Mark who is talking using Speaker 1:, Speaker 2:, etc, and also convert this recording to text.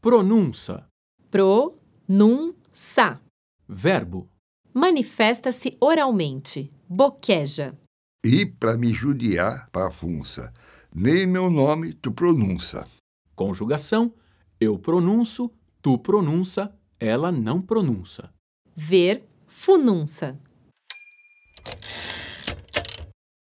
Speaker 1: Pronunça.
Speaker 2: Pronunça.
Speaker 1: Verbo.
Speaker 2: Manifesta-se oralmente. Boqueja.
Speaker 3: E para me judiar, pafunça, nem meu nome tu pronuncia.
Speaker 1: Conjugação. Eu pronuncio, tu pronuncia, ela não pronuncia.
Speaker 2: Ver. Fununça.